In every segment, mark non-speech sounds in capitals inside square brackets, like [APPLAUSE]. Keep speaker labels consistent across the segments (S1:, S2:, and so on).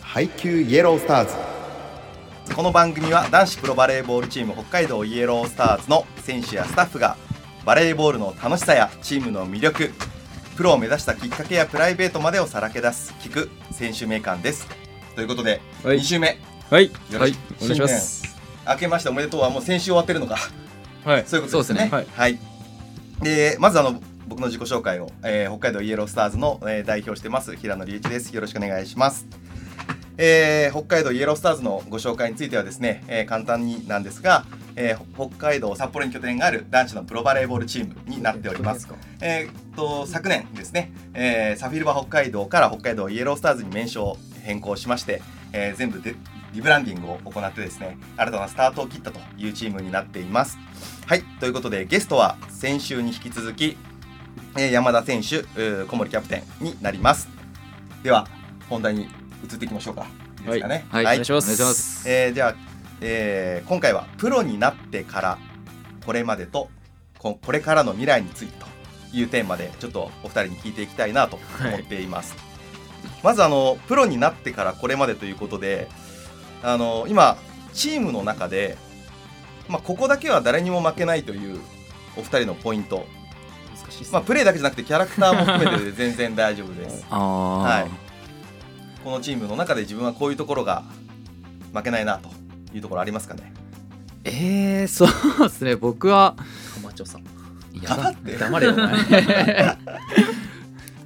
S1: 配給イエロースターズ
S2: この番組は男子プロバレーボールチーム北海道イエロースターズの選手やスタッフがバレーボールの楽しさやチームの魅力プロを目指したきっかけやプライベートまでをさらけ出す聞く選手名鑑ですということで、
S3: はい
S2: 2週目
S3: はい。
S2: よろ
S4: は
S2: し
S4: い
S2: く、
S3: お願いします
S2: 新年明けましておめでとうはもう先週終わってるのか
S3: はい。
S2: そういうことですね。
S3: そうですね
S2: はい。で、まずあの僕の自己紹介を、えー北海道イエロースターズの、えー代表してます平野隆一です。よろしくお願いします。えー北海道イエロースターズのご紹介についてはですね、えー簡単になんですが、えー北海道札幌に拠点がある男子のプロバレーボールチームになっております。えーっと昨年ですね、えーサフィルバ北海道から北海道イエロースターズに名称を変更しまして、えー全部でリブランディングを行ってですね新たなスタートを切ったというチームになっています。はいということでゲストは先週に引き続き、えー山田選手えー小森キャプテンになります。では本題に移っていきましょうか。いいですかね。
S4: はい
S3: お願いしま。
S4: お願いしますす
S2: えー、では、えー今回はプロになってからこれまでとここれからの未来についてというテーマでちょっとお二人に聞いていきたいなと思っています、まずあのプロになってからこれまでということであの今チームの中で、まあ、ここだけは誰にも負けないというお二人のポイント、
S3: 難しいっす
S2: まあ、プレーだけじゃなくてキャラクターも含めて [LAUGHS] 全然大丈夫です
S4: ああ、
S2: はいこのチームの中で自分はこういうところが負けないなというところありますかね
S4: えー、そうですね僕は
S3: カマチョさん。
S4: いや
S2: 黙って
S4: 黙れよお前 [LAUGHS]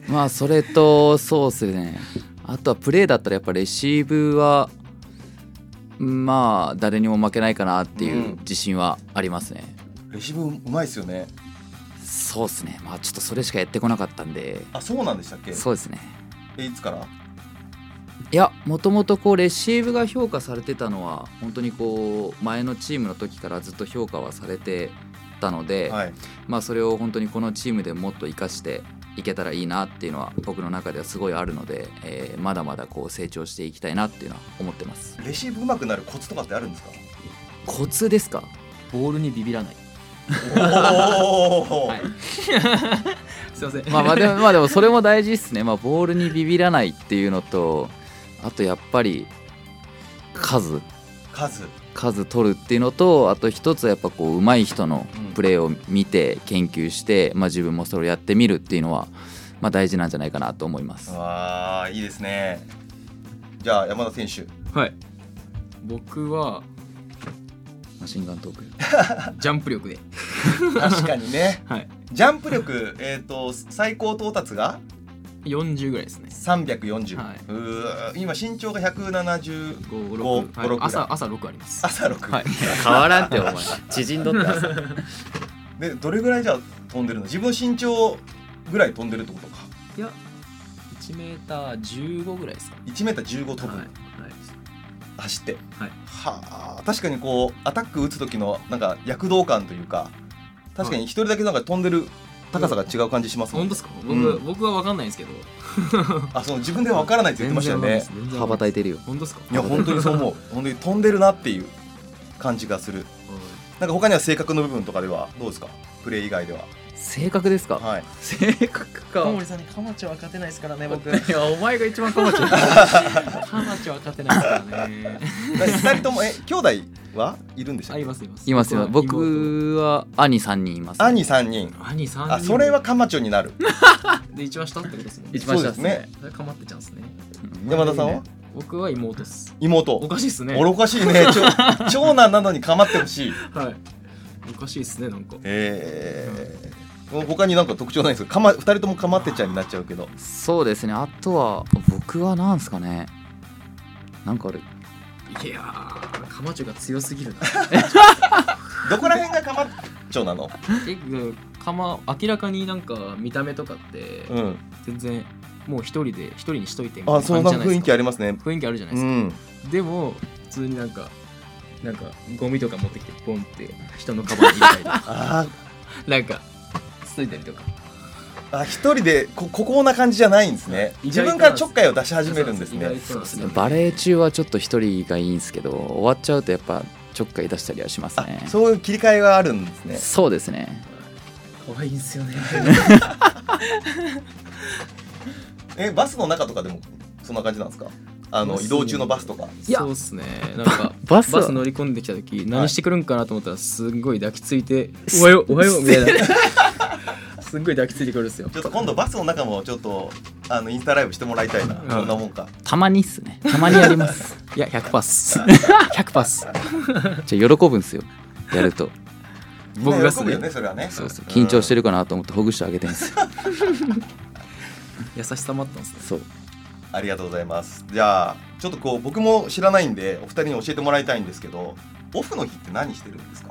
S4: まあそれとそうっすねあとはプレーだったらやっぱレシーブはまあ誰にも負けないかなっていう自信はありますね、
S2: レシーブうまいですよね
S4: そうっすねまあちょっとそれしかやってこなかったんで
S2: あそうなんでしたっけ
S4: そうですね
S2: えいつから
S4: いやもともとこうレシーブが評価されてたのは本当にこう前のチームの時からずっと評価はされてたので、
S2: はい
S4: まあ、それを本当にこのチームでもっと生かしていけたらいいなっていうのは僕の中ではすごいあるので、えーまだまだこう成長していきたいなっていうのは思ってます
S2: レシーブうまくなるコツとかってあるんですか
S4: コツですか
S3: ボールにビビらない。
S2: おお、
S4: はい
S3: すいません。
S4: まあまあ
S2: [LAUGHS]
S4: でもまあでもそれも大事ですね、まあ、ボールにビビらないっていうのとあとやっぱり数
S2: 数
S4: 数取るっていうのとあと一つはやっぱこう上手い人のプレーを見て研究して、まあ、自分もそれをやってみるっていうのは、まあ、大事なんじゃないかなと思います。
S2: わあいいですねじゃあ山田選
S3: [LAUGHS]
S2: 手
S3: はい。僕は
S4: マシンガントーク
S3: ジャンプ力で。
S2: 確かにね
S3: はい。
S2: ジャンプ力えっ、と最高到達が
S3: 四十ぐらいですね。
S2: 340、
S3: はいう
S2: ー今身長が170
S3: 五
S2: 五
S3: 六。は
S2: 五
S3: い
S2: 六ぐらい
S3: 朝朝六あります。
S2: 朝6、
S3: はい。
S4: 変わらんってお前縮んどった
S2: でどれぐらいじゃあ飛んでるの自分身長ぐらい飛んでるってことか
S3: いや。一メーター十五ぐらいですか。
S2: 1m15 飛ぶ、
S3: はい。はい。
S2: 走って
S3: はい
S2: はあ確かにこうアタック打つ時のなんか躍動感というか確かに一人だけなんか飛んでる高さが違う感じしますも
S3: 本
S2: ん、
S3: 当ですか。僕、
S2: う
S3: 僕は分かんないんですけど。
S2: あその自分では分からないって言ってましたよね
S4: 羽ばた
S3: い。
S4: いてるよ
S3: 本当ですか。
S2: いや本当にそう思う本当に飛んでるなっていう感じがするなんか他には性格の部分とかではどうですかプレー以外では
S4: 性格ですか
S2: はい
S4: 性格か
S3: 小森さんにカマチョは勝てないですからね僕
S4: いやお前が一番かまっち
S2: [LAUGHS]
S4: ゃう
S3: カマチョは勝てないですからね
S2: 2人ともえ兄弟はいるんでしたっ
S3: あい
S2: け
S3: ますいます
S4: いますよ僕は兄3人います
S2: 兄3人
S3: 妹兄さん
S2: あそれはカマチョになる
S3: で一番下ってことですもんね
S4: 一番下っす
S2: そう
S4: ね
S2: で
S3: それかまってちゃんですね
S4: うん
S2: 山田さんは
S3: 僕は妹っす
S2: 妹
S3: おかしいっすね
S2: 愚かしいねちょ [LAUGHS] 長男なのにかまってほしい
S3: はいおかしいっすねなんか
S2: えー、他になんか特徴ないんですかか、ま、2人ともかまってちゃんになっちゃうけど
S4: そうですねあとは僕はなんすかねなんかある
S3: いやーカマチョが強すぎるな [LAUGHS]
S2: どこら辺がかまっちょなの
S3: 結構カマ明らかになんか見た目とかって
S2: うん
S3: 全然もう一人で一人にしといてみたい
S2: あ
S3: な
S2: そん
S3: 感
S2: な
S3: じじゃな
S2: 雰囲
S3: いです
S2: 気
S3: か
S2: ありますね
S3: 雰囲気あるじゃないうですか
S2: ん
S3: でも普通になんかなんかゴミとか持ってきてポンって人のカバンに入れたりとか
S4: [LAUGHS]
S2: あ
S3: なんかつついたりとか
S2: ーあ一人でこ孤高な感じじゃないんですね
S3: 意
S2: 自
S3: 外と
S2: 分からちょっかいを出し始めるんです
S3: 意
S2: ね
S3: 外となんですね
S4: バレー中はちょっと一人がいいんすけど終わっちゃうとやっぱちょっかい出したりはします
S2: あ
S4: ね
S2: そういう切り替えがあるんですね
S4: そうですね
S3: 可愛いんすよ [LAUGHS] ね
S2: えバスの中とかでもそんな感じなんですかあの移動中のバスとか
S4: いや
S3: そうっすねなんか
S4: バ
S3: バ
S4: ス
S3: ス
S4: は
S3: 乗り込んできた時何してくるんかなと思ったらすんごい抱きついて
S4: す
S3: おはようおはようみたいなすんごい抱きついてくるんですよ
S2: ちょっと今度バスの中もちょっとあのインスタライブしてもらいたいな、
S3: ん
S2: そんなもんか
S4: たまにっすねたまにやります [LAUGHS]
S3: いや100パス100パス
S4: じゃあ喜ぶんすよや [LAUGHS] ると
S3: 僕がっす
S2: 喜ぶよね
S3: ね
S2: それはね
S4: そうそう緊張して
S2: る、
S4: るかなと思ってほぐしてあげてんすよ
S3: 優しさもあったんですね
S4: そう
S2: うんありがとうございますじゃあちょっとこう僕も知らないんでお二人に教えてもらいたいんですけどオフの日って何してるんですか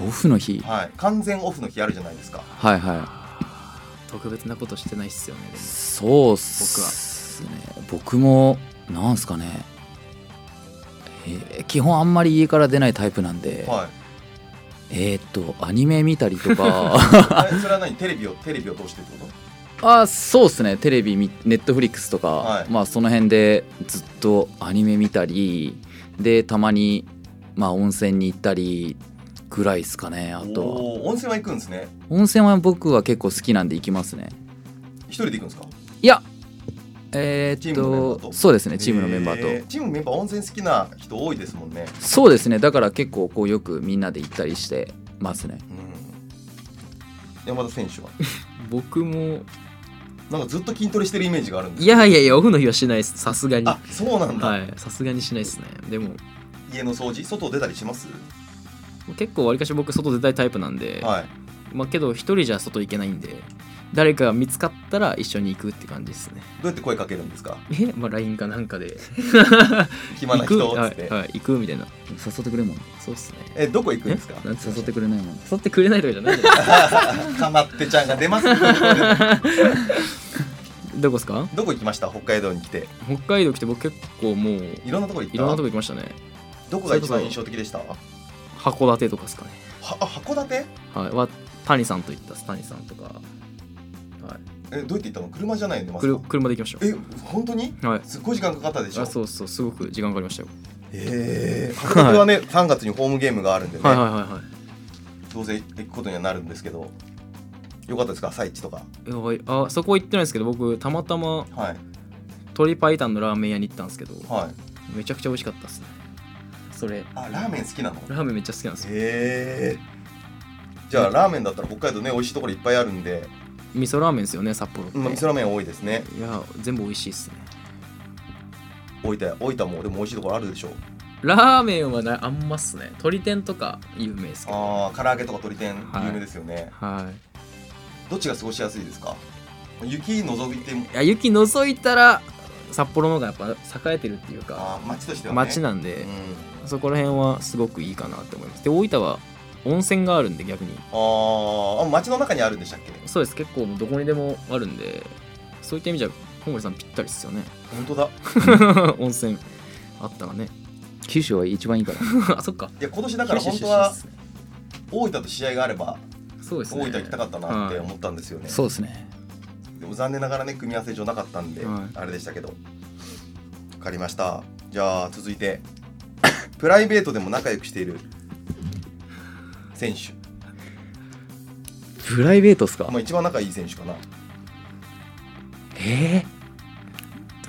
S4: オフの日
S2: はい完全オフの日あるじゃないですか
S4: はいはい
S3: 特別なことしてないっすよねでも
S4: そうっすね僕もなんすかねえー基本あんまり家から出ないタイプなんで、
S2: はい
S4: えーっとアニメ見たりとか [LAUGHS]
S2: えそれは何テレビをテレビを通してってこ
S4: あそうっすねテレビみネットフリックスとか、
S2: はい
S4: まあその辺でずっとアニメ見たりでたまにまあ温泉に行ったりぐらいですかねあ
S2: と
S4: とは
S2: おー温泉は行くんですね
S4: 温泉は僕は結構好きなんで行きますね
S2: 一人で行くんですか
S4: いやえー
S2: チ
S4: っ
S2: ームのメンバー
S4: と
S2: と
S4: そうですねチームのメンバー
S2: え
S4: と
S2: チームメンバー温泉好きな人多いですもんね
S4: そうですねだから結構こうよくみんなで行ったりしてますね
S2: うん山田選
S3: [LAUGHS]
S2: 手は
S3: 僕も
S2: なんかずっと筋トレしてるイメージがあるんです
S3: いやいやいやオフの日はしないっすさすがに
S2: あそうなんだ、
S3: はいさすがにしないっすねでも
S2: 家の掃除外出たりします
S3: 結構わりかし僕外出たいタイプなんで、
S2: はい
S3: まあけど一人じゃ外行けないんで誰かが見つかったら一緒に行くって感じですね
S2: どうやって声かけるんですか
S3: えまあ LINE かなんかで
S2: 暇な
S3: 行く
S2: 人っ
S3: は
S2: つって、
S3: い、はい、行くみたいな
S4: 誘ってくれるもん
S3: そうっすね
S2: えどこ行くんですか
S3: なんて
S4: 誘ってくれないもん
S3: 誘ってくれないとかじゃないじゃないです
S2: [LAUGHS]
S3: か
S2: かまってちゃんが出
S3: [LAUGHS]
S2: ます
S3: どこっすか [LAUGHS]
S2: どこ行きました北海道に来て
S3: 北海道来て僕結構もう
S2: いろんなところ行った
S3: いろんなとこ行きましたね
S2: どこが一番印象的でしたは
S3: 函館とかですかね
S2: あ函館
S3: はいは谷さんと行ったっす谷さんとか、は
S2: えどうやって行ったの車じゃないよね
S3: い、
S2: ま
S3: く
S2: さ
S3: る
S2: か
S3: 車で行きまし
S2: え本当に
S3: たはい
S2: すっごい時間かかったでしょ
S3: あそうそうすごく時間かかりましたよ、
S2: ええ函館はね3月にホームゲームがあるんでね、
S3: はいはいはいはい
S2: 当然行くことにはなるんですけどよかったですか朝一とか
S3: いやはいあそこ行ってないんですけど僕たまたま
S2: はい
S3: 鶏白湯のラーメン屋に行ったんですけど
S2: はい
S3: めちゃくちゃ美味しかったですねそれ
S2: あラーメン好きなの
S3: ラーメンめっちゃ好きなんですよ
S2: へえじゃあラーメンだったら北海道ね美味しいところいっぱいあるんで、
S3: 味噌ラーメンですよね札幌って、
S2: まあ、味噌ラーメン多いですね
S3: いや全部美味しいっすね
S2: 大分大分もでも美味しいところあるでしょう
S3: ラーメンはなあんまっすね鶏天とか有名ですけど
S2: ああ唐揚げとか鶏天
S3: はい
S2: 有名ですよね、
S3: はい
S2: どっちが過ごしやすいですか雪覗いても
S3: いや雪覗いたら札幌の方がやっぱ栄えてるっていうか
S2: あー街としてはね
S3: 街
S2: な
S3: なんで
S2: うん、
S3: そこら辺はすごくいいかなって思いますで大分は温泉があるんで逆に
S2: あーあ街の中にあるんでしたっけ
S3: そうです結構どこにでもあるんでそういった意味じゃ小森さんぴったりっすよね
S2: 本当だ
S3: [LAUGHS] 温泉あったらね
S4: 九州は一番いいから
S3: [LAUGHS]
S4: [LAUGHS]
S3: あそっか
S2: いや今年だから
S3: 九
S2: 本
S3: 州出
S2: 当
S3: 身っ
S2: は
S3: すね
S2: 大分と試合があれば
S3: そうです
S2: 大
S3: ね
S2: 分行きたかったなって思ったんですよね、
S4: そうですね
S2: でも残念ながらね組み合わせ上なかったんで、
S3: はい
S2: あれでしたけどわかりましたじゃあ続いて [COUGHS] プライベートでも仲良くしている選手
S4: プライベートっすか
S2: まあ一番仲いい選手かな
S4: え
S3: だ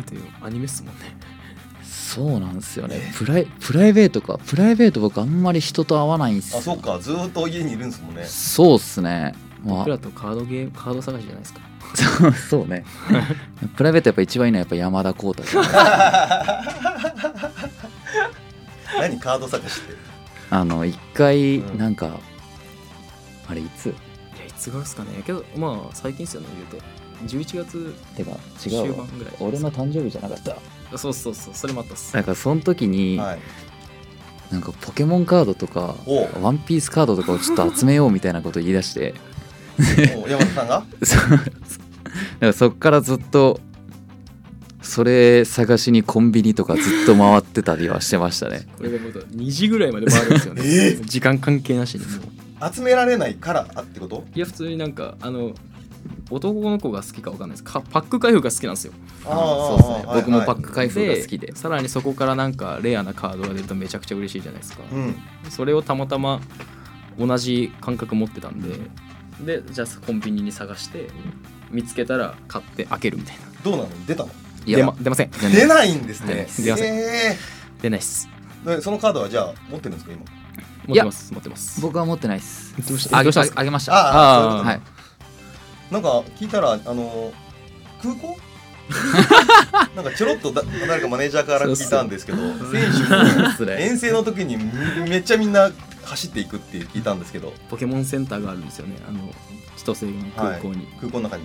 S3: ってアニメっすもんね
S4: ー、そうなんですよねプライプライベートかプライベート僕あんまり人と会わないんすよ
S2: あそうかずーっと家にいるんですもんね
S4: そうっすねま
S3: 僕らとカードゲームカード探しじゃないですか
S4: あそう [LAUGHS] そうねプライベートやっぱ一番いいのはやっぱ山田浩太 [LAUGHS] さん
S2: 何カード探して
S4: あの一回
S2: うん
S4: なんか、あれいつ
S3: いやいつ頃っすかねけどまあ最近っすよね言うと11月
S4: てか違
S3: 終
S4: うわ
S3: 盤ぐらい
S4: 俺の誕生日じゃなかった
S3: そうそうそうそれもあったっす
S4: なんかその時に、
S2: はい
S4: なんかポケモンカードとか
S2: おう
S4: ワンピースカードとかをちょっと集めようみたいなこと言い出して [LAUGHS]
S2: おう山田さんが
S4: そうだからそっからずっとそれ探しにコンビニとかずっと回ってたりはしてましたね
S3: これがもう2時ぐらいまで回るんですよね、
S4: [LAUGHS]
S2: え
S3: 時間関係なしにもう
S2: 集められないからあってこと
S3: いや普通になんかあの男の子が好きかわかんないですかパック開封が好きなんですよ
S2: あー
S4: そうですね
S2: はいはい
S4: 僕もパック開封が好きで
S3: さらにそこからなんかレアなカードが出るとめちゃくちゃ嬉しいじゃないですか、
S2: うん
S3: それをたまたま同じ感覚持ってたんで、でじゃあコンビニに探して見つけたら買って開けるみたいな
S2: どうなの出たの
S4: い
S3: 出ま
S4: や
S3: 出ません
S2: 出ないんですね。
S3: 出ません
S2: え
S3: 出ないっす
S2: ーでそのカードはじゃあ持ってるんですか今。
S3: 持ってます持ってます
S4: 僕は持ってないです
S3: どうし
S4: あ
S3: ど
S4: げ
S3: うしたんですか
S4: あげました
S2: あ
S3: あ
S4: はい
S2: なんか聞いたらあの空
S3: [LAUGHS]
S2: 港なんかちょろっとだ誰かマネージャーから聞いたんですけど選手も
S3: 失礼
S2: 遠征の時にめめっちゃみんな走っていくって聞いたんですけど
S3: [LAUGHS] ポケモンセンターがあるんですよねあの千歳の空港に、
S2: 空港の中に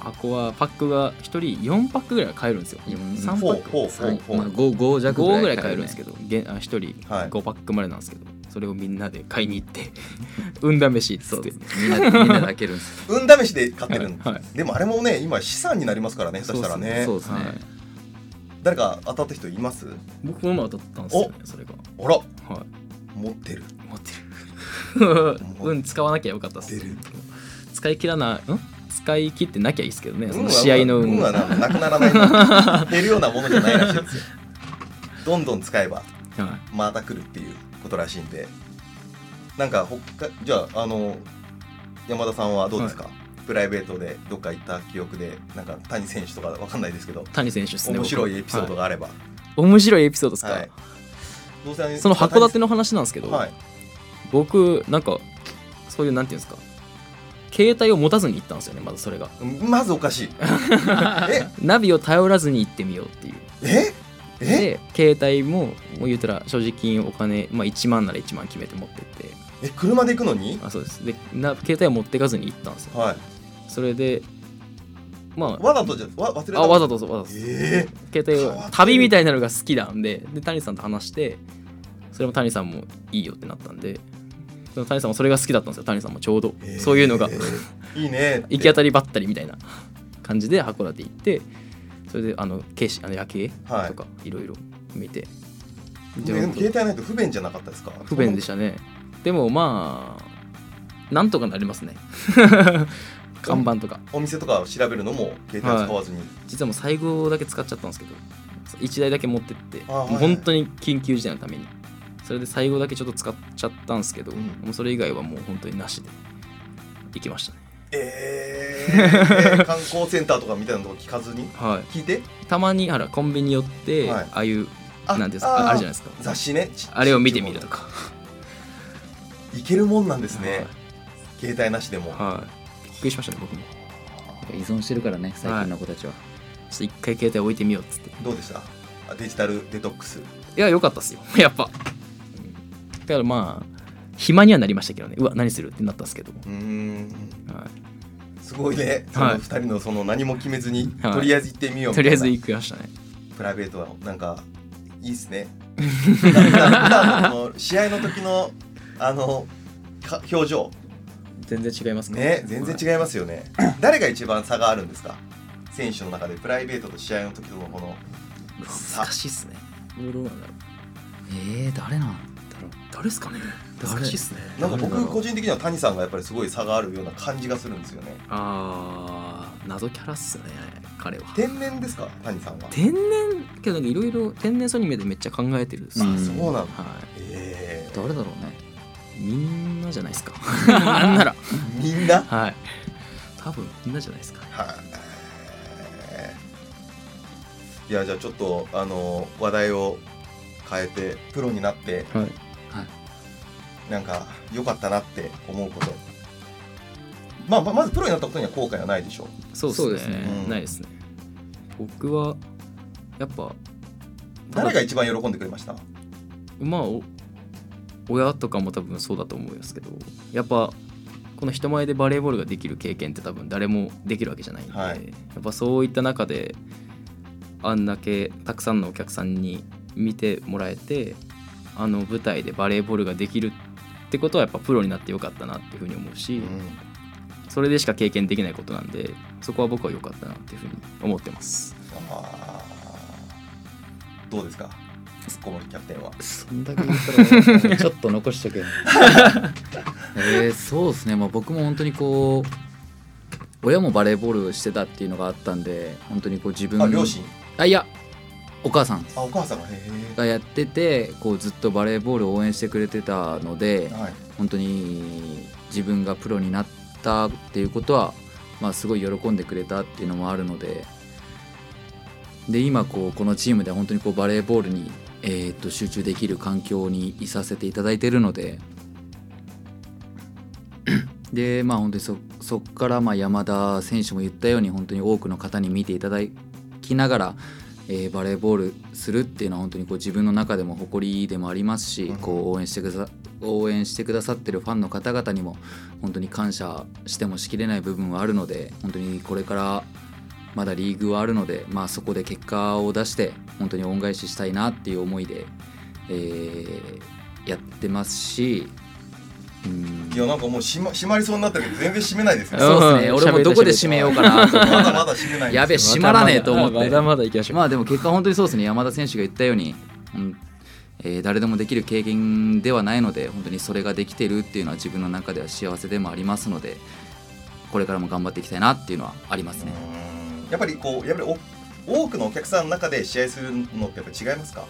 S3: あこはパックが1人4パックぐらいは買えるんですよ
S4: うん
S3: 3パ
S2: ほう
S3: ック
S2: ほうほうほう
S4: まあ、5, 5弱
S3: 5ぐら
S4: ぐら
S3: い
S4: い
S3: 買えるんです
S4: ど
S3: けどげあ1人
S2: はい
S3: 5パックまでなんですけどそれをみんなで買いに行って [LAUGHS] 運試しっつ
S4: そ
S3: っ
S4: う
S3: て
S4: ですねみんなみんなで開けるんです
S2: [LAUGHS] 運試しで買ってるんです、
S3: はいはい
S2: でもあれもね今資産になりますからねそしたらね
S4: そうですね、
S3: はい
S2: 誰か当たった人います
S3: 僕この前当たったんですよねそれが
S2: あら [LAUGHS]
S3: はい
S2: 持ってる
S3: 持ってる運使わなきゃよかったっす
S2: 出る
S3: 使い切らないん使い切ってなきゃいいですけどねそ
S2: 運
S3: の
S2: は
S3: 試合の運
S2: 運は
S3: は
S2: ななくならないな出るようなものじゃないらしいですよどんどん使えば
S3: は
S2: また来るっていうことらしいんでなんか北海じゃああの山田さんはどうですか、プライベートでどっか行った記憶でなんか谷選手とかわかんないですけど
S3: い谷選手ですね
S2: 面白いエピソード
S3: が、
S2: があれば、
S3: はい面白いエピソードですか、
S2: はいどうせ
S3: その函館の話なんですけど、
S2: はい
S3: 僕なんかそういうなんていうんですか携帯を持たずに行ったんですよねまずそれが
S2: まずおか
S3: [LAUGHS]
S2: しいえ
S3: ナビを頼らずに行ってみようっていう
S2: ええ
S3: で携帯ももう言うたら所持金お金、まあ、1万なら1万決めて持ってって
S2: え車で行くのに
S3: あそうですでな携帯を持ってかずに行ったんですよ
S2: はい
S3: それでまあ
S2: わざとじゃわ忘れた
S3: あわざとそうわざと
S2: え
S3: 携帯を旅みたいなのが好きなんでで谷さんと話してそれも谷さんもいいよってなったんでその谷さんもそれが好きだったんですよ谷さんもちょうど
S2: え
S3: そういうのが
S2: ええいいね
S3: 行き当
S2: た
S3: たりばったりみたいな感じで函館行ってそれであの景色あの夜景
S2: はい
S3: とかいろいろ見て、
S2: でも携帯ないと不便じゃなかったですか
S3: 不便でしたたねでもまあなんとかなりますね看板とか
S2: お店とかを調べるのも携帯を使わずに、
S3: 実はもう最後だけ使っちゃったんですけど1台だけ持ってって
S2: あはい
S3: もう本当に緊急事態のためにそれで最後だけちょっと使っちゃったんですけど、
S2: うん
S3: もうそれ以外はもう本当になしで行きましたね
S2: えーえー観光センターとかみたいなのとか聞かずに
S3: はい
S2: 聞いて
S3: たまにあらコンビニ寄って、
S2: はい
S3: ああいうなんていうんですかああるじゃないですか
S2: 雑誌ねち
S3: あれを見てみるとか。
S2: いけるもんなんですね、携帯なしでも、
S3: はい。びっくりしましたね、僕も。
S4: 依存してるからね最近の子たちは、
S3: ちょっと一回携帯置いてみようっつって。い
S2: どうでしたあデジタルデトックス
S3: や、良かったっすよ、 [LAUGHS] やっぱ。だからまあ、暇にはなりましたけどね。うわ、何するってなったんですけど。
S2: うーん
S3: は
S2: すごいねそ
S3: は
S2: の
S3: い
S2: 2人のその何も決めずに、
S3: はい
S2: とりあえず行ってみようみ
S3: い、と
S2: たい
S3: り
S2: な
S3: あえず行きましたね。
S2: プライベートはなんかいいっす
S3: [LAUGHS]
S2: ね普段普段のこの試合の時のあのか表情
S3: 全然違います
S2: ね全然
S3: う。
S2: 違いますよ
S3: [CLEARS THROAT]
S2: ね、誰が一番差があるんですか選手の中でプライベートと試合の時とのこの
S3: 難しいっすね。どうなんだろう。
S4: えー、誰なんだろう
S3: 誰ですかね
S4: 誰
S3: 難しいっすね。
S2: なんか
S4: 誰だ
S2: 僕
S4: ろう
S2: 個人的には谷さんがやっぱりすごい差があるような感じがするんですよね
S3: あー、謎キャラっすね、彼は。
S2: 天然ですか谷さんは
S3: 天然、けどなんかいろいろ天然そうに見えてめっちゃ考えてるっす
S2: あ
S3: ね
S4: うん
S2: そうなんだ
S3: は
S2: ええ
S4: 誰だろうね
S3: い。みんなじゃないですか。なんなら。
S2: みんな
S3: はい。多分みんなじゃないですか。
S2: はいいやじゃあちょっとあの話題を変えてプロになって
S3: はい。
S2: なんか良かったなって思うことまあまあまずプロになったことには後悔はないでしょ
S3: そうです
S4: そ
S3: ね。
S4: うですね
S2: うん
S3: ないですね。僕は、やっぱ、
S2: 誰が一番喜んでくれました
S3: まあ、お親とかも多分そうだと思うんですけど、やっぱ、この人前でバレーボールができる経験って多分誰もできるわけじゃないんで、
S2: はい
S3: やっぱそういった中で、あんだけたくさんのお客さんに見てもらえて、あの舞台でバレーボールができるってことはやっぱプロになってよかったなっていうふうに思うし、それでしか経験できないことなんでそこは僕は良かったなっていうふうに思ってます
S2: あーどうですか小森キャプテンは
S4: そんだけ言ったらちょっと残しとけえー、そうですね、まあ、僕も本当にこう親もバレーボールしてたっていうのがあったんで本当にこう自分
S2: あ両親
S4: あいやお母さん
S2: あお母さんがへ
S4: がやっててこうずっとバレーボールを応援してくれてたので
S2: えはい
S4: 本当に自分がプロになったっていうことは、まあ、すごい喜んでくれたっていうのもあるのでで今こうこのチームで本当にこうバレーボールに、えーっと集中できる環境にいさせていただいている
S2: [CLEARS THROAT]
S4: のででまあ本当にそそっからまあ山田選手も言ったように本当に多くの方に見ていただきながら、えーバレーボールするっていうのは本当にこう自分の中でも誇りでもありますし、
S2: うん
S4: こう応援してくださ応援してくださってるファンの方々にも本当に感謝してもしきれない部分はあるので本当にこれからまだリーグはあるので、まあ、そこで結果を出して本当に恩返ししたいなっていう思いで、えーやってますしうん
S2: いやなんかもう閉ま閉まりそうになったけど全然閉めないですね。
S4: そうですね、
S3: うん
S4: 俺もどこで締めようかなと
S2: ま
S4: 思っ
S2: だ
S4: て
S2: まだ閉めないんですけど。
S4: やべえ閉まらねえと思って
S3: まだまだまだ行きましょう、
S4: [LAUGHS] まあでも結果本当にそうですね山田選手が言ったように、うんえー誰でもできる経験ではないので本当にそれができてるっていうのは自分の中では幸せでもありますのでこれからも頑張っていきたいなっていうのはありますね。
S2: うんやっぱりこうやっぱりお多くのお客さんの中で試合するのってやっぱ違いますか。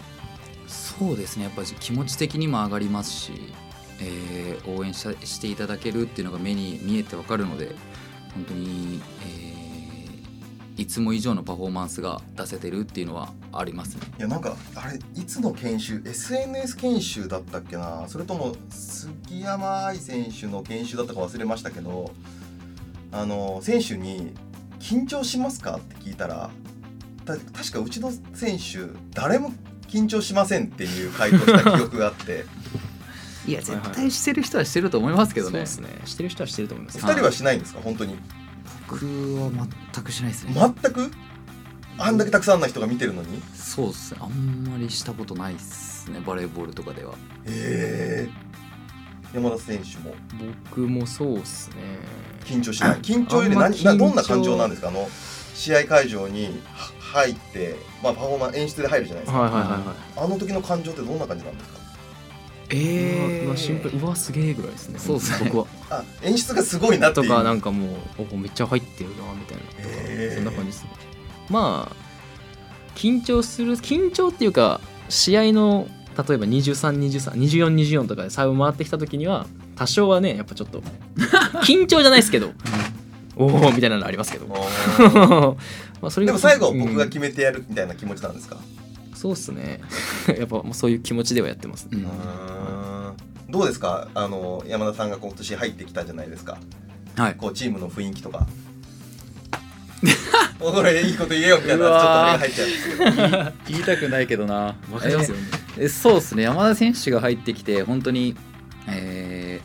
S4: そうですねやっぱり気持ち的にも上がりますし、えー応援したしていただけるっていうのが目に見えてわかるので本当に、えーいつも以上のパフォーマンスが出せてるっていうのはありますね。
S2: いやなんかあれいつの研修 SNS 研修だったっけなそれとも杉山愛選手の研修だったか忘れましたけどあの選手に「緊張しますか?」って聞いたらた確かうちの選手誰も緊張しませんっていう回答した記憶があって
S4: いや
S3: はいはい
S4: 絶対してる人はしてると思いますけど
S3: そう
S4: ね
S3: で。すねしてる人はしてると思います
S2: お二人はしないんですか本当に
S4: 僕は全くしないですね。
S2: 全くあんだけたくさんの人が見てるのに
S4: そうですね。あんまりしたことないですね。バレーボールとかでは。
S2: ええ山田選手も
S3: 僕もそうっすね
S2: 緊張しない緊張より
S3: あんま
S2: 何な
S3: 緊張
S2: どんな感情なんですかあの試合会場には入って、まあ、パフォーマン演出で入るじゃないです
S3: はい
S2: か、
S3: はいはいはい
S2: あの時の感情ってどんな感じなんですか
S3: うわうわシンプルうわすげえぐらいですね
S4: そうっすね
S3: 僕は
S2: あ演出がすごいなって
S3: と
S2: いう
S3: かなんかもうおめっちゃ入ってるなみたいなとか、
S2: へー
S3: そんな感じですねまあ緊張する緊張っていうか試合の例えば23232424とかで最後回ってきた時には多少はねやっぱちょっと [LAUGHS] 緊張じゃないですけど、おおみたいなのありますけど
S2: お
S3: [LAUGHS]
S2: ー
S3: まあそれ
S2: でも
S3: が
S2: 最後僕が
S3: うん
S2: 決めてやるみたいな気持ちなんですか、
S3: そうっすね [LAUGHS] やっぱもうそういう気持ちではやってます、
S4: う
S2: うんーんどうですかあの山田さんが今年入ってきたじゃないですか
S4: はい。
S2: こうチームの雰囲気と
S3: [LAUGHS]
S2: かおこれいいこと言えよみたいなちょっと目が入っちゃうんですけど
S4: 言いたくないけどな。
S3: わかりますよね、
S4: えそうですね山田選手が入ってきて本当に、え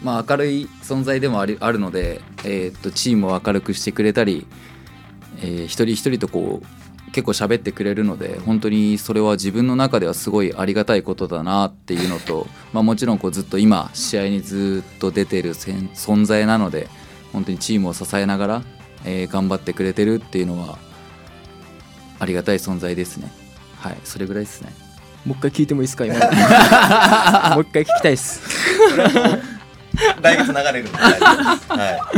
S4: ーまあ、明るい存在でもありあるので、えーっとチームを明るくしてくれたり、えー一人一人とこう結構喋ってくれるので本当にそれは自分の中ではすごいありがたいことだなっていうのと、 [LAUGHS] まあ、もちろんこうずっと今試合にずっと出てるせん存在なので本当にチームを支えながら、えー頑張ってくれてるっていうのはありがたい存在ですね。はい、それぐらいですね。
S3: もう一回聞いてもいいです [LAUGHS] か今のもう一回聞きたいっす
S2: 来月流れるんで大丈夫です。は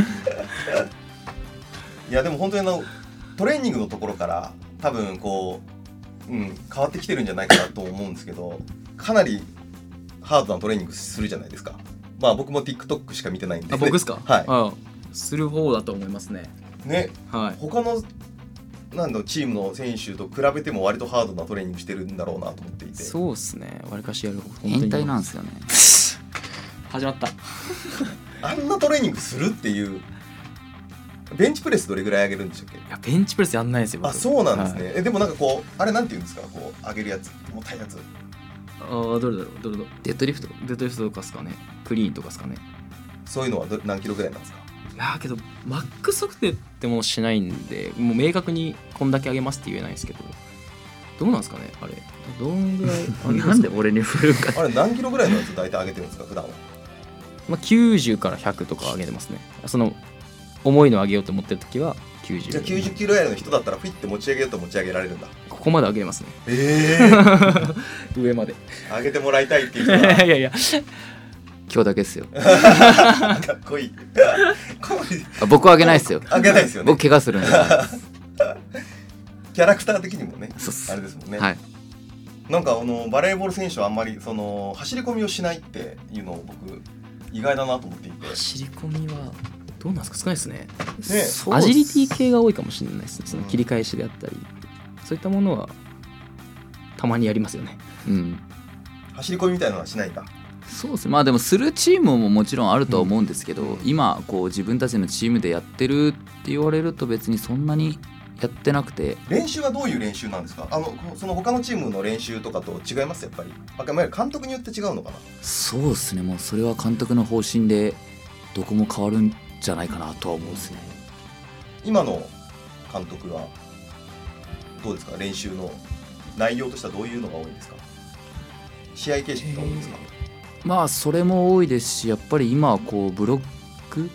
S2: い。いやでも本当にあのトレーニングのところから多分こう、うん、変わってきてるんじゃないかなと思うんですけどかなりハードなトレーニングするじゃないですか。まあ僕も TikTok しか見てないんで、
S3: あ僕っすか
S2: は
S3: あする方だと思いますね
S2: い。ね
S3: はい
S2: 他のなんだろうチームの選手と比べても割とハードなトレーニングしてるんだろうなと思っていて。
S3: そうっすねわりかしやる
S4: 変態なん
S3: ん
S4: ですよね。
S3: [LAUGHS] 始まった
S2: あんなトレーニングするっていう。ベンチプレスどれぐらい上げるんでしたっけ
S3: いやベンチプレスやんないですよ僕
S2: あそうなんですね、
S3: はい
S2: えでもなんかこうあれなんて言うんですかこう上げるやつ重たいやつ
S3: ああどれだろうどれだろ
S4: デッドリフト
S3: うデッドリフトとかですかねクリーンとかですかね
S2: そういうのはど何キロぐらいなんですか
S3: いやーけどマックス測定ってものしないんでもう明確にこんだけ上げますって言えないんですけどどうなんですかねあれどんぐらい [LAUGHS] 上げますか、
S4: 俺に振るか
S2: あれ何キロぐらいのやつ大体上げてるんですか普段は
S3: まあ、90から100とか上げてますねその重いの上げようと思ってる時は90
S2: じゃあ90キロぐらいの人だったらフィッて持ち上げようと持ち上げられるんだ
S3: ここまで上げれますね
S2: ええー、
S3: [LAUGHS] 上 [LAUGHS] まで
S2: 上げてもらいたいっていう
S3: い
S2: 人は
S3: [LAUGHS] やいや
S4: 今日だけですよ
S2: かっこいいかっこいい
S4: あ僕はあげないですよ
S2: 上げないですよね
S4: 僕怪我するんで
S2: キャラクター的にもね
S4: そうっす
S2: あれですもんね、
S4: はい
S2: なんかあのバレーボール選手はあんまりその走り込みをしないっていうのを僕意外だなと思っていて
S3: 走り込みはどうなんですか少ないですね
S2: ね
S4: そうっ
S3: ア
S4: す
S3: ジリティ系が多いかもしれないですねその切り返しであったりそういったものはたまにやりますよね。
S4: うん、
S2: 走り込みみたいなのはしないんだ。
S4: そうですねまあでもするチームももちろんあるとは思うんですけど、
S2: うん
S4: 今こう自分たちのチームでやってるって言われると別にそんなにやってなくて
S2: 練習はどういう練習なんですかあのこその他のチームの練習とかと違いますやっぱりあまあ監督によって違うのかな
S4: そうですねもうそれは監督の方針でどこも変わるんじゃないかなとは思うですね
S2: 今の監督はどうですか練習の内容としてはどういうのが多いんですか試合形式が多いんですか、
S4: まあそれも多いですしやっぱり今はこうブロック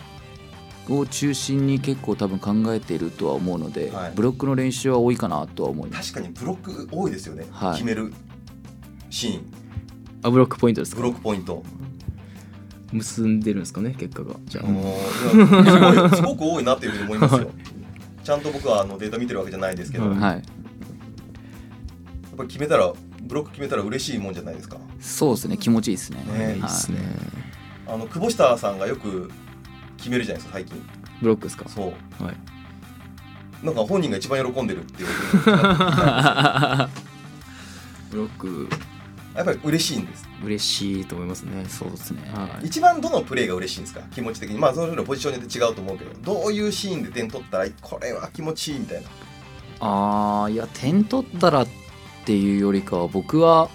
S4: を中心に結構多分考えているとは思うので、
S2: はい
S4: ブロックの練習は多いかなとは思います
S2: 確かにブロック多いですよね、
S4: はい
S2: 決めるシーン
S3: あブロックポイントです
S2: ブ
S3: か
S2: ロックポイント
S3: 結んでるんですかね結果が。じゃあ
S2: もういやすごいすごく多いなっていうふうに思いますよちゃんと僕はあのデータ見てるわけじゃないですけど、
S3: うん
S2: やっ
S4: はい
S2: ぱり決めたらブロック決めたら嬉しいもんじゃないですか
S4: そうですね気持ちいいですね
S2: ね
S3: いいっすね。
S2: あの久保下さんがよく決めるじゃないですか最近
S3: ブロックですか。
S2: そう
S3: はい。
S2: なんか本人が一番喜んでる
S4: [LAUGHS]
S2: っていうことなんですけど
S3: ブロック
S2: やっぱり嬉しいんです
S3: 嬉しいと思いますね。
S4: そうですね、
S3: はい。
S2: 一番どのプレーが嬉しいんですか気持ち的にまあそれぞれポジションによって違うと思うけどどういうシーンで点取ったらこれは気持ちいいみたいな
S4: あーいや点取ったらっていうよりかは僕は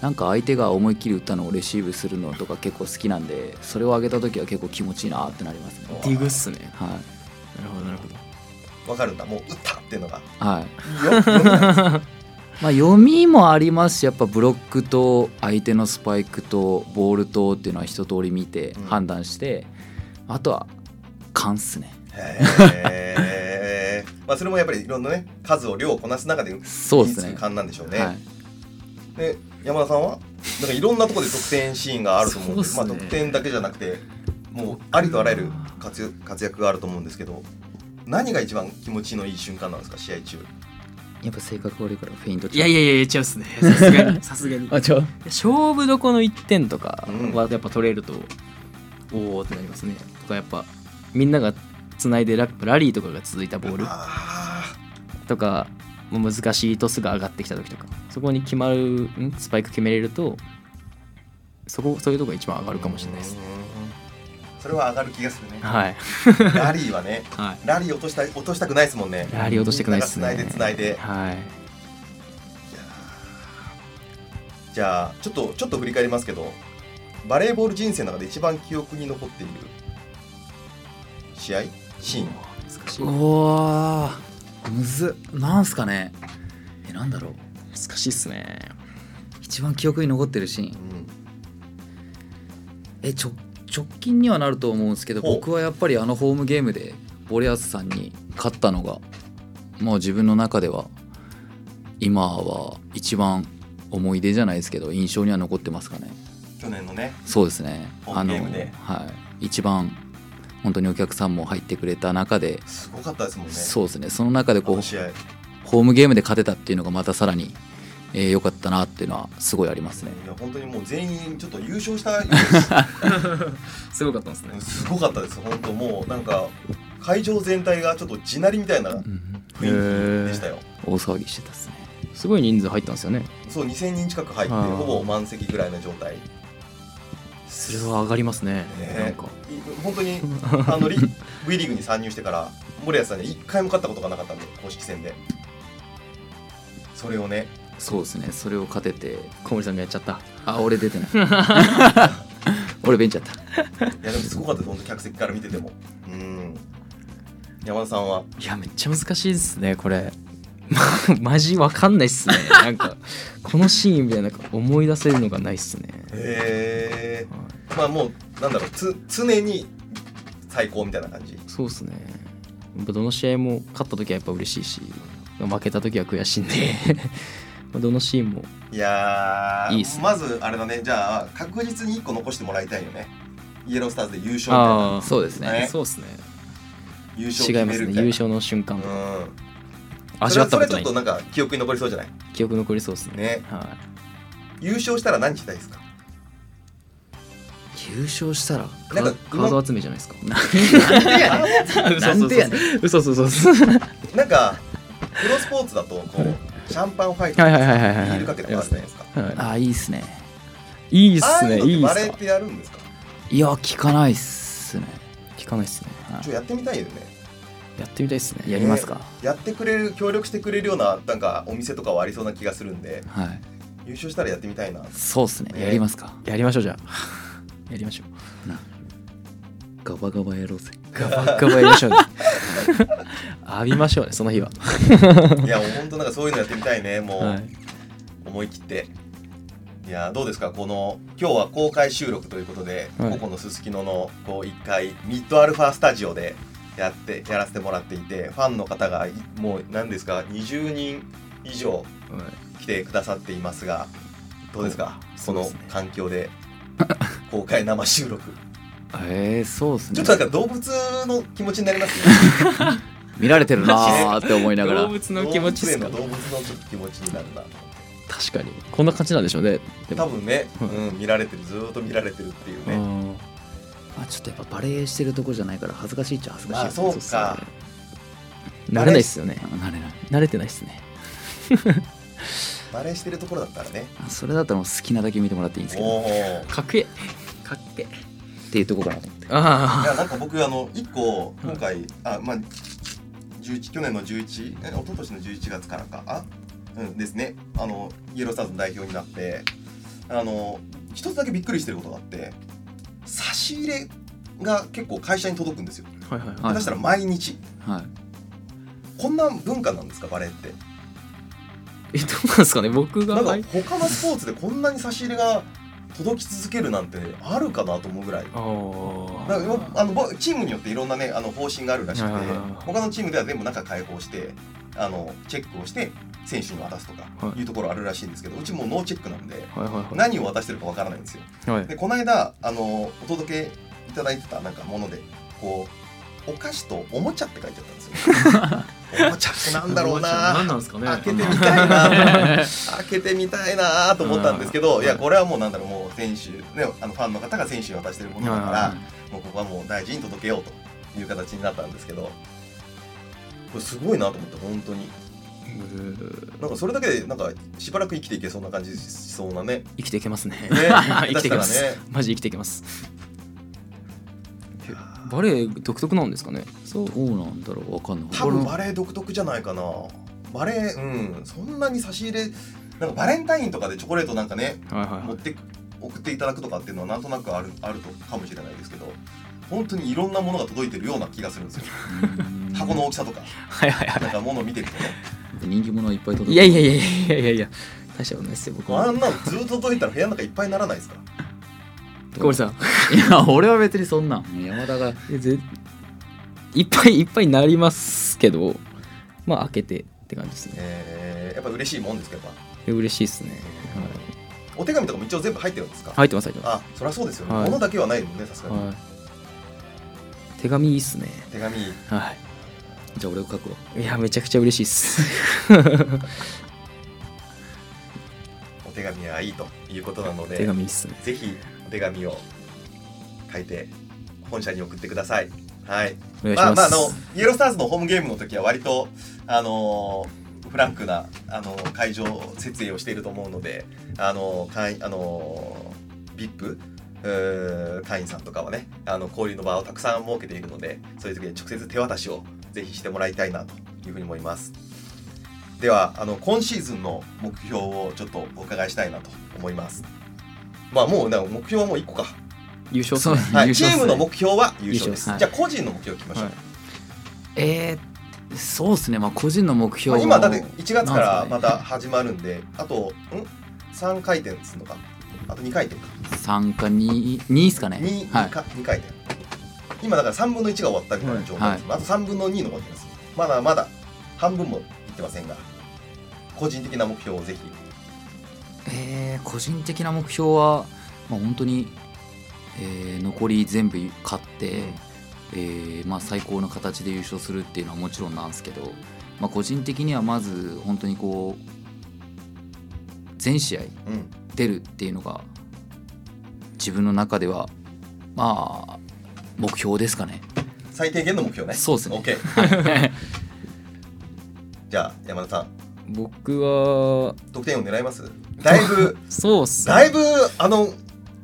S4: なんか相手が思いっきり打ったのをレシーブするのとか結構好きなんでそれを上げた時は結構気持ちいいなってなりますね
S2: お
S3: ディグっすね。
S4: は
S3: なるほどなるほど。
S2: わかるんだもう打ったっていうのが
S4: い、はい
S2: いいよ読めない
S4: まあ、読みもありますしやっぱブロックと相手のスパイクとボールとっていうのは一通り見て
S2: うん
S4: 判断して、あとは勘っすね
S2: へーまあそれもやっぱりいろんなね数を量をこなす中で
S4: そうです
S2: 身に
S4: ね
S2: つく勘なんでしょうね、
S4: はい、
S2: で山田さんはなんかいろんなところで得点シーンがあると思うんです
S3: そうっすね
S2: まあ、得点だけじゃなくてもうありとあらゆる活躍活躍があると思うんですけど何が一番気持ちのいい瞬間なんですか試合中
S4: やっぱ性格悪いからフェイント
S3: いやいやいや違うっ
S2: [LAUGHS]
S3: すね。さすがにさすがに。
S4: あちょ
S3: 勝負どこの1点とかはやっぱ取れると、おおってなりますね。とかやっぱみんながつないでララリーとかが続いたボール
S2: あ
S3: とかもう難しいトスが上がってきた時とかそこに決まるんスパイク決めれるとそこそういうとこが一番上が
S2: あ
S3: るかもしれないですね。
S2: それは上がる気がする
S3: [LAUGHS]
S2: ね
S3: はい、
S2: ラリーはね
S3: は
S2: ラリー落としたい落としたくないですもんね
S3: い、やはり落としてくないです
S2: 繋
S3: ね。
S2: いで繋いでい
S3: はい。
S2: やーじゃあちょっとちょっと振り返りますけどバレーボール人生の中で一番記憶に残っている試合シーン
S3: 難しい。
S4: おーむずっなんすかねえなんだろう
S3: 難しいっすね。
S4: 一番記憶に残ってるシーンえちょ直近にはなると思うんですけど
S2: ほう
S4: 僕はやっぱりあのホームゲームでボレアスさんに勝ったのがもう自分の中では今は一番思い出じゃないですけど印象には残ってますかね
S2: 去年のね
S4: そうですね
S2: ホームゲームで
S4: あの、はい、一番本当にお客さんも入ってくれた中で、
S2: すごかったですもんね
S4: そうですねその中で
S2: こ
S4: こ
S2: の
S4: う
S2: 試合
S4: ホームゲームで勝てたっていうのがまたさらに良、えー良かったなっていうのはすごいありますね
S2: いや本当にもう全員ちょっと優勝した
S3: すごかったんですね。
S2: すごかったです本当もうなんか会場全体がちょっと地鳴りみたいな
S4: うん
S2: 雰囲気でしたよ
S4: 大騒ぎしてたですね
S3: すごい人数入ったんですよね。
S2: そう2000人近く入って
S3: あー
S2: ほぼ満席ぐらいの状態
S3: それは上がりますね。なん
S2: ね
S3: か。
S2: 本当にあ
S4: [LAUGHS]
S2: のリ V リーグに参入してから森保さんに一回も勝ったことがなかったんで公式戦でそれをね
S4: そうですねそれを勝てて
S3: 小森さんがやっちゃった。
S4: あ俺出てない
S2: [LAUGHS]
S4: 俺ベンチやっ
S2: い
S4: た
S2: やでもすごかったです本当客席から見ててもうん山田さんはい
S3: やめっちゃ難しいですねこれ。 [LAUGHS] まマジわかんないっすね。なんかこのシーンみたいななんか思い出せるのがないっすね。
S2: へえ
S3: はい
S2: まあもうなんだろうつ常に最高みたいな感じ
S3: そうですね。やっぱどの試合も勝った時はやっぱ嬉しいし、負けた時は悔しいん [LAUGHS] で、まあどのシーンも
S2: いやー
S3: いいっすね
S2: まずあれだねじゃあ確実に1個残してもらいたいよねイエロースターズで優勝みたいな
S3: あー
S4: そうですね
S2: ね
S3: そうですね。
S2: 優勝
S3: 違い
S2: 決
S3: ま
S2: め
S3: す
S2: るみ
S3: ね。
S2: たい
S3: 優
S2: な
S3: 勝の瞬間
S2: うんそ
S3: 味
S2: れは
S3: わっ
S2: そ
S3: たこ
S2: れは
S3: と
S2: ちょ
S3: な
S2: っ
S3: い
S2: と。なんか記憶に残りそうじゃない
S3: 記憶残りそうですね。
S2: ね
S3: は
S2: 優勝したら何したいですか
S4: 優勝したら
S3: い。
S2: な
S3: カ
S2: んか
S3: ーカード集めじゃないですか。
S4: なんでやねんなんでやねん
S3: 嘘そうそうそう。
S2: なんかプロスポーツだとこうシャンパンファイト
S3: はいはいはいはいはい
S2: ビールかけとかあるじゃないですか
S3: は
S4: ああいいっすね
S3: い、いいっ
S2: ああ
S3: す
S2: い
S3: ね
S2: うのっ
S3: い
S2: て
S3: いっ
S2: バ
S3: す
S2: レーっ
S3: ね
S2: てやるんですか
S4: いや聞かないっすね
S3: 聞かないっすね
S2: ちょやってみたいよね
S3: やってみたいっすね
S4: やりますか、
S2: やってくれる協力してくれるようななんかお店とかはありそうな気がするんで
S4: はい
S2: 優勝したらやってみたい
S3: [LAUGHS]
S2: な
S4: そうっすね
S2: ね
S4: やりますか
S3: やりましょうじゃあやりましょう
S4: ガバガバやろうぜ
S3: ガバッガバやりましょうね浴びましょうねその日は、
S2: いやもう本当なんかそういうのやってみたいねもう、
S3: はい、
S2: 思い切っていやーどうですかこの今日は公開収録ということで、
S3: はい
S2: ここのすすきののこう1階ミッドアルファスタジオでやってやらせてもらっていてファンの方がいもう何ですか20人以上来てくださっていますがどうですかこ
S3: そうで
S2: の
S3: すね
S2: 環境
S3: [LAUGHS]
S2: で公開生収録
S4: えー、そうっすね
S2: ちょっとなんか動物の気持ちになりますね
S4: 見られてるなーって思いながら
S3: 動物 [LAUGHS] の気持ちっすか
S2: 動物園の動物のちょっと気持ちになるな
S3: 確かにこんな感じなんでしょうねで
S2: 多
S3: も
S2: 分ね、
S3: はい
S2: うん、見られてるずーっと見られてるっていうね、
S3: うん
S4: あちょっとやっぱバレエしてるとこじゃないから恥ずかしいっちゃ恥ずかしい
S2: まあそう
S3: そうっすね
S2: か
S3: 慣れないっすよね
S4: あなれない
S3: 慣れてないっすね
S2: バレーしてるところだったらね
S4: あそれだったらもう好きなだけ見てもらっていいんですけど
S2: おー
S3: かっけえかっけえ
S4: っていうとこかなと思って
S2: い
S3: あ
S2: やなんか僕あの1個今回、あまあ11去年の11え一昨年の11月からかあうんですねあのイエロースターズの代表になってあの一つだけびっくりしてることがあって差し入れが結構会社に届くんですよ
S3: あはいはい
S4: は
S3: は
S2: 下
S3: い
S2: 手したら毎日
S4: はい
S2: こんな文化なんですかバレーって
S3: いえどうなんですかね僕が
S2: なんか
S3: はい
S2: 他のスポーツでこんなに差し入れが届き続けるなんてあるかなと思うぐらい
S3: あー
S2: だからよあのぼチームによっていろんなねあの方針があるらしくて
S3: はいはいはい
S2: 他のチームでは全部中開放してあのチェックをして選手に渡すとか
S3: はい
S2: いうところあるらしいんですけど、うちもうノーチェックなんで
S3: はいは
S2: 何を渡してるかわからないんですよ
S3: いはいはい
S2: でこの間あのお届けいただいてたなんかものでこうお菓子とおもちゃって書いてあったん
S3: [LAUGHS]
S2: ですよおもちゃってなんだろう
S3: 何
S2: な
S3: なんですかね
S2: 開けてみたいな開けてみたいなと思ったんですけどいやこれはもうなんだろうもう選手、ね、あのファンの方が選手に渡してるものだか
S3: はいはい
S2: ら
S3: は
S2: もうここはもう大事に届けようという形になったんですけどこれすごいなと思って本当になんかそれだけでなんかしばらく生きていけそうな感じしそうな
S3: [LAUGHS]
S2: ね [LAUGHS]
S3: 生きていけますね
S2: 下手し
S3: 生きてい
S2: た
S3: け
S2: ら
S3: ます、
S2: ね
S3: マジ生きていけますバレエ独特なんですかねそう
S4: どうなんだろうわかんない
S2: 多分
S4: 俺も
S2: バレエ独特じゃないかなバレエうんそんなに差し入れなんかバレンタインとかでチョコレートなんかね
S3: はいはい
S2: 持
S3: は
S2: っ
S3: い
S2: て送っていただくとかっていうのはなんとなくあるあるとかもしれないですけど本当にいろんなものが届いてるような気がするんですよ
S4: うん
S2: 箱の大きさとか
S3: はいはいはい
S2: なんか物を見てるとね
S4: 人気者はいっぱい届く
S3: いやいやいやいやいやいや大したことないですよ僕
S2: あ
S3: は
S2: んなのずっと届いたら部屋の中いっぱいにならないですか
S3: ゴリさん
S4: いや俺は別にそんなん山田が
S3: えぜいっぱいいっぱいなりますけどまあ開けてって感じですね
S2: えー、やっぱ嬉しいもんですけど
S3: え嬉しいですね、はい
S2: お手紙とかも一応全部入ってるんですか、
S3: 入ってます入ってま
S2: あそりゃそうですよね、
S3: はい
S2: 物だけはないもんねさす
S3: す、
S2: がに、
S3: はい、手紙いいっすね
S2: 手紙
S3: は
S4: じゃあ俺を書くわ
S3: いいやめちゃくちゃ嬉しいっす
S2: お手紙はいいということなので
S3: 手紙いいっすね
S2: ぜひお手紙を書いて本社に送ってくださいはい
S3: お願いし
S2: まあ
S3: ます、
S2: まああのイエロースターズのホームゲームの時は割とあのーフランクなあのー会場設営をしていると思うのであのー会あのー VIP うー会員さんとかはねあの交流の場をたくさん設けているのでそういう時に直接手渡しをぜひしてもらいたいなというふうに思いますではあの今シーズンの目標をちょっとお伺いしたいなと思いますまあもうな目標はもう1個か、
S3: 優勝っすね
S4: そう
S2: はい、
S4: 優勝
S2: チ
S4: っすね
S2: ームの目標は優勝です
S3: 優勝ですはい
S2: じゃあ個人の目標を聞きましょう、
S3: はい
S4: えー、そうっすねまあ個人の目
S2: ま
S4: 標
S2: あ、
S4: は
S2: 今だって1月か
S4: な
S2: ら
S4: んすかね
S2: また始まるんで、あと、ん ?3 回転するのか。あと2回転か。
S4: 3か2二っすかね
S2: 2,
S4: はい
S2: か二回転。今だから3分の1が終わったみたいな状態です、あと3分の2残ってます。まだまだ半分もいってませんが、個人的な目標をぜひ。
S4: えー個人的な目標は、まあ、本当に、えー残り全部勝って、えーまあ、最高の形で優勝するっていうのはもちろんなんですけど、まあ、個人的にはまず本当にこう全試合
S2: うん。
S4: 出るっていうのが自分の中ではまあ目標ですかね。
S2: 最低限の目標ね。
S4: そうですね
S2: OK。じゃあ山田さん
S3: 僕は
S2: 得点を狙いますだいぶ
S3: そうっすね
S2: だいぶあの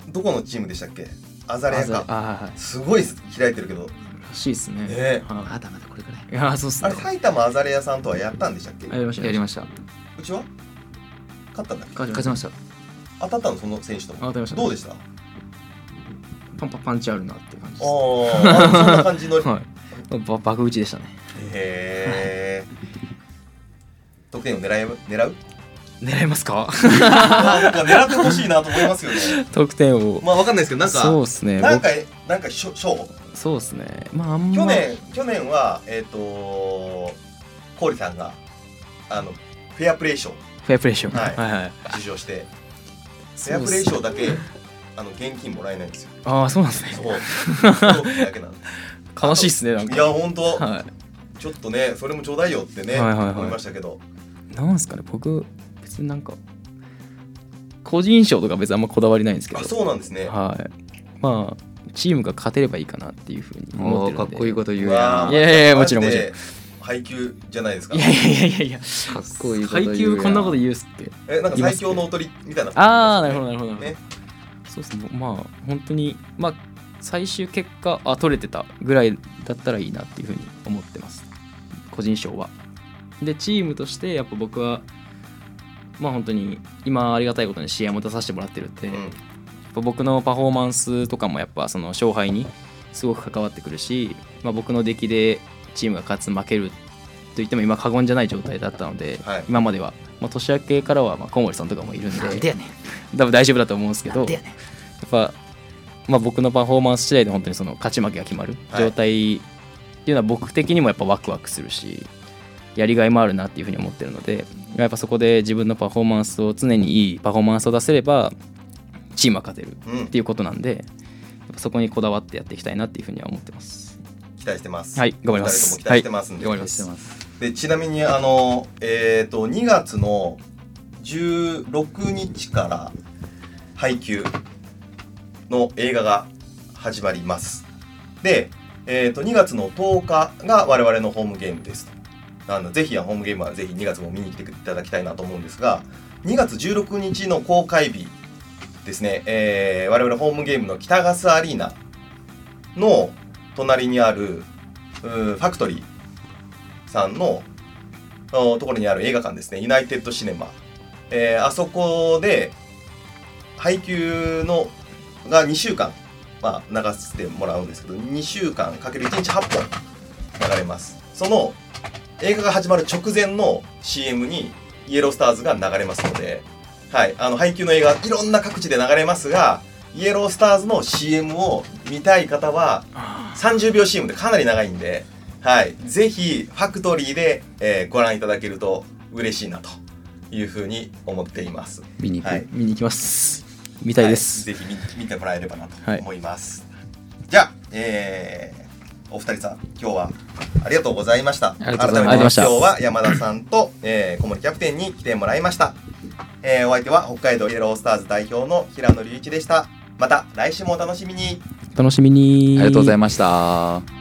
S2: どこのチームでしたっけアザレ
S3: あ
S2: ア
S3: ざ
S2: か
S3: あはい
S2: すごい開いてるけど
S3: らしいっすね
S2: ね
S3: は
S4: まだまだこれぐらい
S3: いいやそうっす
S2: あ
S3: ね
S2: れ埼玉アザレアさんとはやったんでしたっけ
S3: やりました
S4: [LAUGHS] やりま
S3: し
S4: した
S2: うちは勝ったんだっけ
S3: 勝
S4: 勝ちました
S2: 当たったのその選手と
S3: あ当たりました
S2: どう
S3: [LAUGHS]
S2: でしたあ
S3: たパンパパンチあるなって
S2: あ
S3: 感じです
S2: ーそんな感じの
S3: はいば爆打ちでしたね
S2: へえ得点を狙い狙う [LAUGHS]
S3: 狙います
S2: あ
S3: か
S2: ーなんか狙ってほしいなと思いますよね
S3: [LAUGHS] 得点を
S2: まあわかんないですけどなんか
S3: そうっすね
S2: なんかなんか賞賞
S3: 僕そうっすねまああんま
S2: 去年去年はえっ、と氷さんがあのフェアプレー賞
S3: フェアプレーション
S2: は
S3: はいいはい
S2: 受賞してフ
S3: そう
S2: ェ
S3: っ
S2: ア
S3: す
S2: プレー賞だけあの現金もらえないんです
S3: [LAUGHS]
S2: よ
S3: ああそうなんです
S2: そ
S3: ね
S2: うそうだけなんで
S3: 悲しいっすねな
S2: す
S3: ん
S2: い
S3: か
S2: や本当、
S3: は
S2: ちょっとねそれもちょうだいよってね、
S3: はいはいはい
S2: 思いましたけど
S3: いなんすかね僕別になんか個人賞とか別にあんまこだわりないんですけど
S2: あそうなんですね
S3: はいまあチームが勝てればいいかなっていうふうに思っ
S4: お
S3: て
S4: ー
S3: る
S4: かっ
S3: ので
S4: こいいこと言う
S2: うわー
S4: やん
S3: いやいやいやもちろん
S2: だっ
S3: もち
S2: て
S3: ろん
S2: 配給じゃないですか
S3: いやいやいやいや
S4: かっこいいこと言うや
S3: 階級こんなこと
S4: う
S3: 言うっすって
S2: えなんか最強のおとりみたいな
S3: ああなるほどなるほどなるほど、
S2: ね
S3: そうっすねまあ本当にまあ最終結果あ取れてたぐらいだったらいいなっていうふうに思ってます個人賞はでチームとしてやっぱ僕はまあ本当に今ありがたいことに試合も出させてもらってるんで、やっ
S2: う
S3: ぱ僕のパフォーマンスとかもやっぱその勝敗にすごく関わってくるし、まあ、僕の出来でチームが勝つ負けると言っても今過言じゃない状態だったので、
S2: はい
S3: 今までは、まあ、年明けからはまあ小森さんとかもいるんで
S4: なんでやねん
S3: 多分大丈夫だと思うんですけど
S4: なんで
S3: や
S4: やねん
S3: っぱ、まあ、僕のパフォーマンス次第で本当にその勝ち負けが決まる
S2: はい
S3: 状態っていうのは僕的にもやっぱワクワクするしやりがいもあるなっていうふうに思ってるのでやっぱそこで自分のパフォーマンスを常にいいパフォーマンスを出せればチームは勝てるっ
S2: ん、うん、
S3: ていうことなんでやっぱそこにこだわってやっていきたいなっていうふうには思ってます。
S2: 期待してます
S3: はい頑張ります
S2: お二人とも期待してますんで、
S3: はい頑張り
S4: してます
S2: でちなみにあのえっ、と2月の16日から配給の映画が始まりますで、えー、と2月の10日が我々のホームゲームですなんでぜひあのホームゲームはぜひ2月も見に来ていただきたいなと思うんですが2月16日の公開日ですね、えー我々ホームゲームの北ガスアリーナの隣にあるうーファクトリーさんのおところにある映画館ですね、ユナイテッドシネマ。えーあそこで、配給のが2週間、まあ、流してもらうんですけど、2週間かける1日8本流れます。その映画が始まる直前の CM にイエロースターズが流れますので、はい、あの配給の映画、いろんな各地で流れますが、イエロースターズの CM を見たい方は、30秒 CM でかなり長いんで、はい、ぜひファクトリーで、えーご覧いただけると嬉しいなというふうに思っています。
S4: 見に行く、
S2: はい
S3: 見に行きます見たいです、
S2: はいぜひ見見てもらえればなと
S3: はい
S2: 思います。じゃあ、えーお二人さん、今日はありがとうございました。
S4: ありがとうござ
S2: 改
S4: い
S2: め
S4: ま
S2: て
S4: した
S2: 今日は山田さんと、えー小森キャプテンに来てもらいました。えーお相手は北海道イエロースターズ代表の平野隆一でした。また来週もお楽しみに。
S3: 楽しみに
S4: ありがとうございました